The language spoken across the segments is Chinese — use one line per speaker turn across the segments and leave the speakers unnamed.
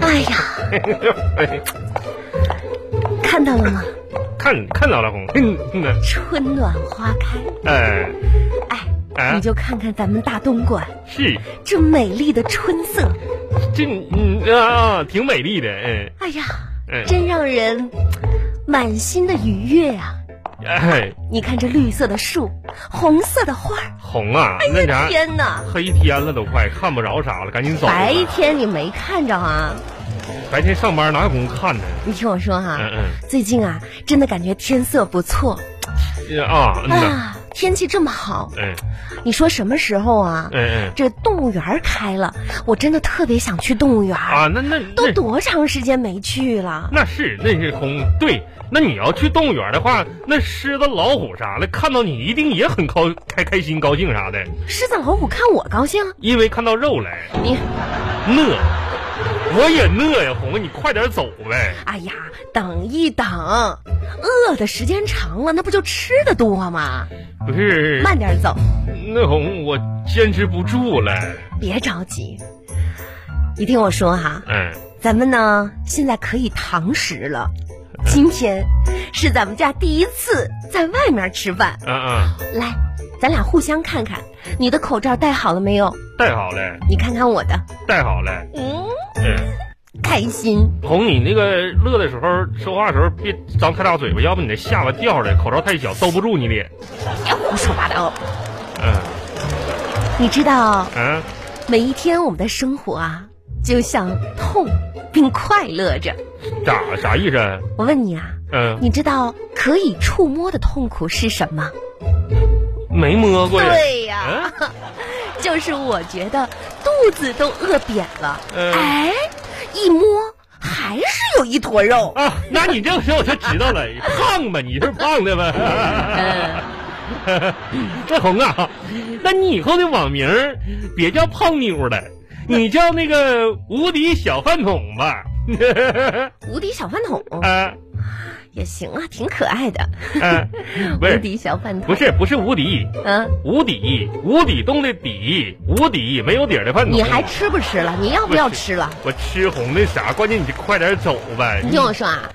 哎呀，看到了吗？
看看到了红，嗯 呢，
春暖花开。
呃，
哎，
啊
你就看看咱们大东莞
是，
这美丽的春色，
这嗯啊，挺美丽的，嗯，
哎呀，
哎
真让人满心的愉悦啊！
哎，
你看这绿色的树，红色的花儿，
红啊，那啥，
哎天哪！
黑天了都快看不着啥了，赶紧走吧。
白天你没看着啊？
白天上班哪有功夫看呢？
你听我说哈、
嗯嗯
最近啊，真的感觉天色不错
是啊，嗯呐，
啊，天气这么好，
嗯
你说什么时候啊？
嗯嗯
这动物园儿开了，我真的特别想去动物园儿。
啊，那那
都
那
多长时间没去了？
那是那是红，对，那你要去动物园的话，那狮子、老虎啥的看到你一定也很高开开心、高兴啥的，
狮子老虎看我高兴，
因为看到肉了，
你
饿，我也饿呀，红，你快点走呗。
哎呀，等一等，饿的时间长了，那不就吃的多吗？
不是，
慢点走，
那红我坚持不住了，
别着急。你听我说哈、
嗯，
咱们呢现在可以堂食了。
嗯
今天是咱们家第一次在外面吃饭，
啊啊，
来，咱俩互相看看，你的口罩戴好了没有？
带好了，
你看看我的，
带好了，
嗯，
嗯。
开心。
红，你那个乐的时候，说话的时候别张太大嘴巴，要不你的下巴掉下来，口罩太小兜不住你脸。
别胡哎说八道。
嗯
你知道，
嗯，
每一天我们的生活啊，就像痛并快乐着。
咋啥意思啊？
我问你啊，
嗯，
你知道可以触摸的痛苦是什么？
没摸过呀。
对呀、 就是我觉得肚子都饿扁了，
嗯
哎，一摸还是有一坨肉。
啊，那你这个时候我就知道了，胖吧，你是胖的 吧？
嗯，
这红啊，那你以后的网名儿别叫胖妞了，你叫那个无敌小饭桶吧。
无敌小饭桶
啊
也行啊，挺可爱的。
啊，不
无
是
敌小饭桶，
不是不是无敌，
嗯，
无底，无底洞的底，无底没有底儿的饭桶。
你还吃不吃了？你要不要
不吃
吃了？
我吃红的啥？关键你就快点走呗。
你听我说啊，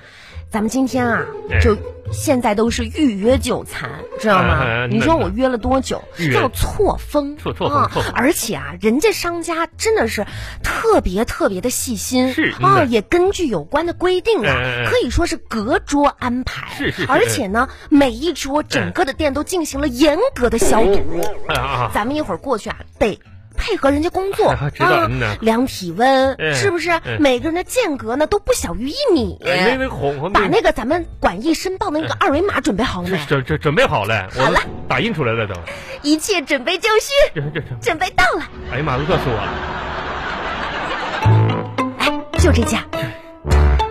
咱们今天啊，
哎
就现在都是预约就餐，知道吗？
啊
你说我约了多久
预？约
叫错峰，
错错峰
啊
错峰
而且啊，人家商家真的是特别特别的细心，
是嗯
啊，
的
也根据有关的规定啊，
哎哎哎
可以说是隔桌安排，
是哎是是
而且呢，每一桌整个的店都进行了严格的消毒。
啊啊！
咱们一会儿过去啊，得。配合人家工作 啊
知道嗯呐
量体温、
嗯
是不是？
嗯
每个人的间隔呢都不小于一米。
哎那那红红
把那个咱们管一申报的那
嗯
个二维码准备好了没？
准准准备好了，我
好了
打印出来了都。
一切准备就绪，
这这这，
准备到了。
哎呀妈，饿死我了！
哎，就这家。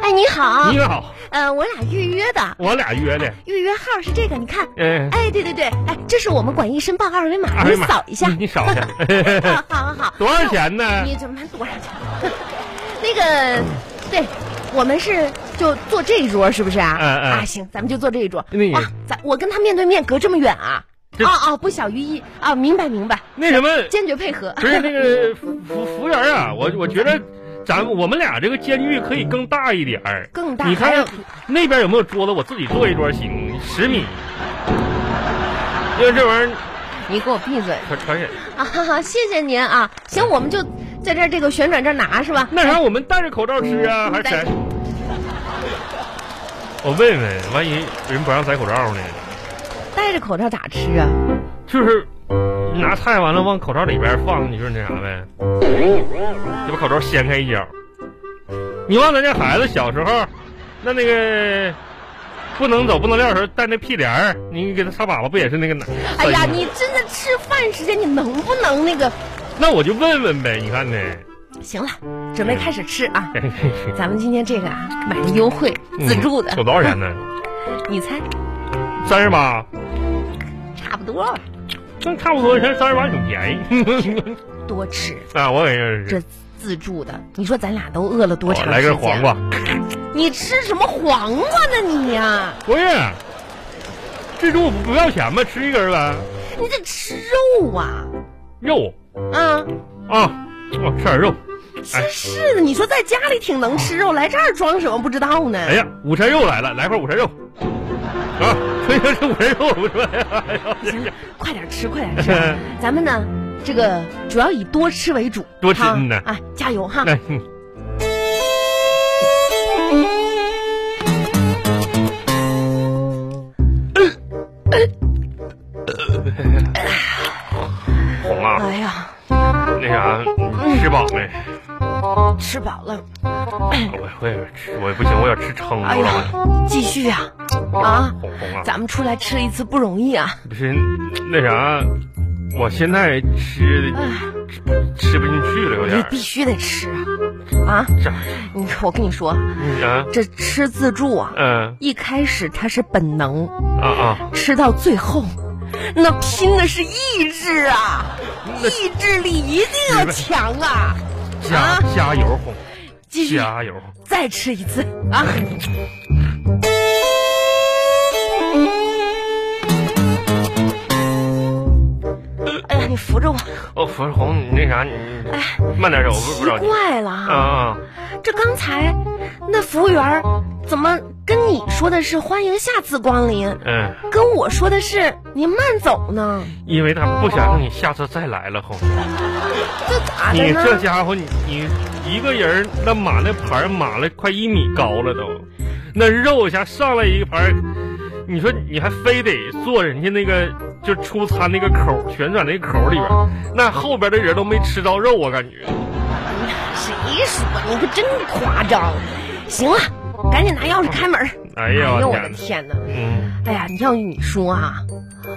哎，你好
嗯你，好，
呃，我俩预约的，
我俩约的，
预约号是这个，你看。
嗯，
哎，对对对，哎，这是我们管一申报二维码，
二维
你
码
扫一下。
你你扫一下
好好好。
多少钱呢
你怎么还多少钱？ 那个，对，我们是就坐这一桌，是不是啊？
嗯嗯
啊，行，咱们就坐这一桌。
那
哇，咱我跟他面对面，隔这么远啊。
这
哦哦，不小于一啊，明白明白，
那什么，
坚决配合。
不是那个服服服务员啊，我我觉得咱们我们俩这个间距可以更大一点儿。
更大
你
还
看
有
那边有没有桌子？我自己坐一桌行，十米。因为这玩意儿
你给我闭嘴
传传染。
啊！哈哈，谢谢您啊。行，我们就在这儿这个旋转这儿拿是吧？
那啥，我们戴着口罩吃啊，还是
嗯戴
谁？我问问，万一人不让摘口罩呢？
戴着口罩咋吃啊？
就是拿菜完了往口罩里边放，你说那啥呗？就把口罩掀开一角。你忘咱家孩子小时候，那那个不能走不能撂的时候带那屁帘儿，你给他擦粑粑不也是那个拿？
哎呀，你真的吃饭时间你能不能那个？
那我就问问呗，你看呢？
行了，准备开始吃啊！
嗯
咱们今天这个啊，买的优惠， 自助的
有，多少钱呢？
你猜
三十八，
差不多吧？
那差不多，现在三十八挺便宜。
多吃
啊，我感觉
这
是。
自助的，你说咱俩都饿了多
我
长
哦来
时间？
根黄瓜，
你吃什么黄瓜呢你呀、
不是，自助不不要钱吗？吃一根呗。
你得吃肉啊！
肉
啊，
哎啊，我吃点肉。哎
真是的，你说在家里挺能吃肉，来这儿装什么不知道呢？
哎呀，午餐肉来了，来块午餐肉。啊，所以说这午餐肉，我说哎呀，
行了，快点吃，快点吃
哎
啊，咱们呢，这个主要以多吃为主，
多吃
哈
嗯呐
啊，加油哈！
那嗯红啊，
哎呀，
那啥，你吃饱没？
吃饱了，
我我也吃，我不行，我有点吃撑
哎
着
呀
了。，
继续啊啊！
红红啊，
咱们出来吃一次不容易啊！
不是那啥，我现在吃
哎，
吃不进去了，有
我
点
哎这
儿
必须得吃啊！啊，
这
你我跟你说，
嗯啊
这吃自助啊，
嗯
一开始它是本能，
啊啊，
吃到最后，那拼的是意志啊，意志力一定要强啊！
加
啊
加油红，
继续
加油。
再吃一次啊！哎呀，你扶着我，
哦，不是红，你那啥，你
哎
慢点走，我不
奇
不着急。
怪了
啊
啊！
啊，
这刚才那服务员儿怎么跟你说的是欢迎下次光临，
嗯，
跟我说的是您慢走呢？
因为他不想让你下次再来了，红。
这咋的
你这
呢？
家伙，你你一个人儿那码那盘儿码了快一米高了都，那肉一下上来一盘儿，你说你还非得坐人家那个就出餐那个口儿旋转那个口儿里边
哦
儿，那后边的人都没吃着肉，啊我感觉。
谁说你可真夸张？行了，赶紧拿钥匙开门儿。
哎呀，
哎
我
呦我
的
的
天呐！
天哪！
嗯，
哎呀，你要你说啊，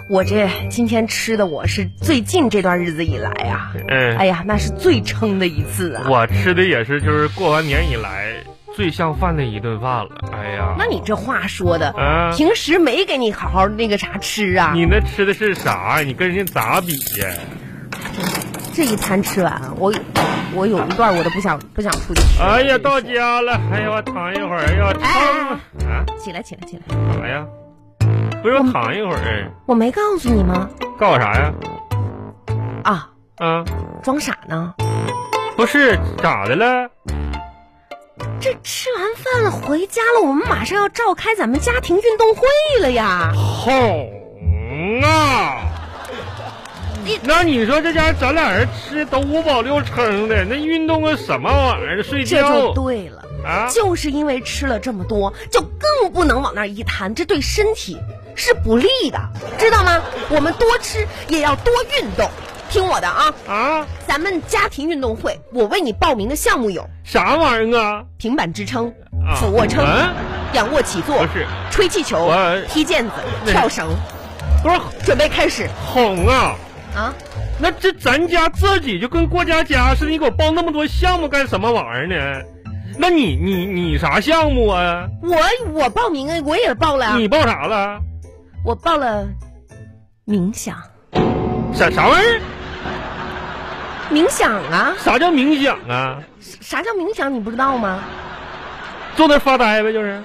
我这今天吃的我是最近这段日子以来啊，
哎
哎呀，那是最撑的一次啊。
我吃的也是，就是过完年以来最像饭的一顿饭了。哎呀，
那你这话说的，
啊，
平时没给你好好那个啥吃啊？
你那吃的是啥呀？你跟人家咋比呀？
这一餐吃完啊，我我有一段我都不想不想出去吃。
哎呀，
我跟你
到
说
家了，哎呀，我躺一会儿，哎呀，
哎嗯
躺啊，
起来起来起来！
干啥呀？不是我躺一会儿，
我没告诉你吗？
告我啥呀？
啊，
啊，
装傻呢？
不是咋的了？
这吃完饭了回家了，我们马上要召开咱们家庭运动会了呀！
红啊
你！
那你说这家咱俩人吃都五饱六撑的，那运动个什么玩意儿？睡
这就
觉
对了。
啊？
就是因为吃了这么多，就更不能往那儿一摊，这对身体是不利的，知道吗？我们多吃也要多运动，听我的啊！
啊？
咱们家庭运动会，我为你报名的项目有
啥玩意儿啊？
平板支撑、
啊
俯卧撑、
嗯
仰卧起坐
不、是，
吹气球
我、
踢毽子、
那
跳绳。
不是
准备开始
哄啊！
啊！
那这咱家自己就跟过家家似的，你给我报那么多项目干什么玩意儿呢？那你你你啥项目啊？
我我报名啊，我也报了啊，
你报啥了？
我报了冥想，
啥啥玩意儿？
冥想啊！
啥叫冥想啊？
啥叫冥想？你不知道吗？
坐那发呆呗，就是。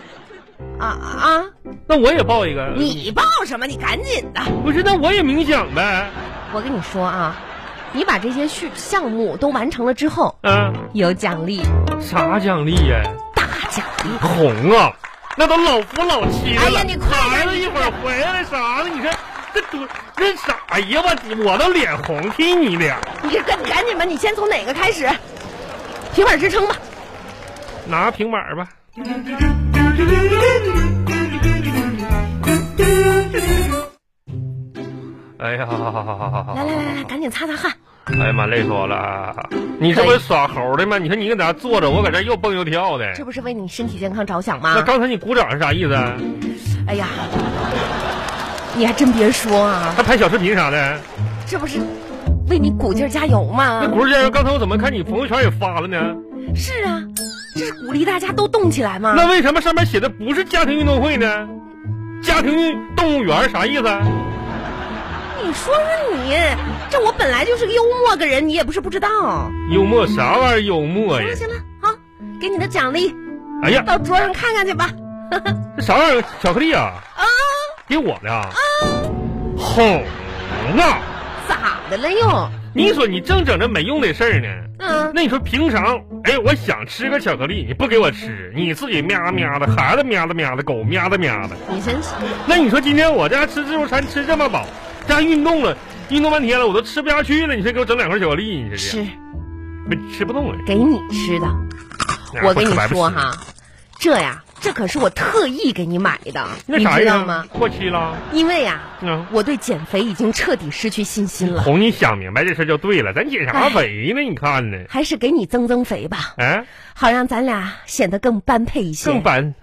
啊啊！
那我也报一个。
你报什么？你赶紧的！
不是？那我也冥想呗。
我跟你说啊，你把这些序项目都完成了之后，
啊，
有奖励，
啥奖励呀、
大奖励！
哄啊！那都老夫老妻的了。
哎呀你快点
儿子一会儿回来啥的，你说这多这啥？哎呀我我都脸红，踢你脸。
你这赶赶紧吧，你先从哪个开始？平板支撑吧。
拿平板儿吧。哎呀，
来来来来，赶紧擦擦汗。
哎呀妈，累死我了！啊你这不是耍猴的吗？你说你搁那坐着，我搁这又蹦又跳的。
这不是啊为你身体健康着想
那
吗？
刚才你鼓掌是啥意思啊？
哎呀，你还真别说啊，
还拍小视频啥
嗯
的？
这不是为你鼓劲儿加油
那
吗？
鼓先生，刚才我怎么看你朋友圈也发了呢？
是啊，这是鼓励大家都动起来嘛。
那为什么上面写的不是家庭运动会呢？家庭运动物园啥意思啊？
你说说你，这我本来就是个幽默个人，你也不是不知道。
幽默啥玩意儿？幽默呀
行了！行了，好，给你的奖励，
哎呀，
到桌上看看去吧。
这啥玩意儿？巧克力啊？
啊，
给我的啊！哄啊！
咋的了又？
你说你正整这没用的事儿呢，
嗯，
那你说平常，哎，我想吃个巧克力，你不给我吃，你自己喵喵的，孩子喵的喵的，狗喵的喵的。
你先起，
那你说今天我这吃自助餐吃这么饱，这样运动了，运动半天了，我都吃不下去了，你说给我整两块巧克力，你这
吃
没吃不动了。
给你吃的。
那
我跟你
白不
说
吃，
哈，这呀，这可是我特意给你买的，
那
你
啥
知道
呀
吗？？
过期了。
因为呀，
嗯，
我对减肥已经彻底失去信心了，
哄你想明白这事儿就对了，咱减啥肥呢？你看呢？
还是给你增增肥吧，
哎，
好让咱俩显得更般配一些。
更般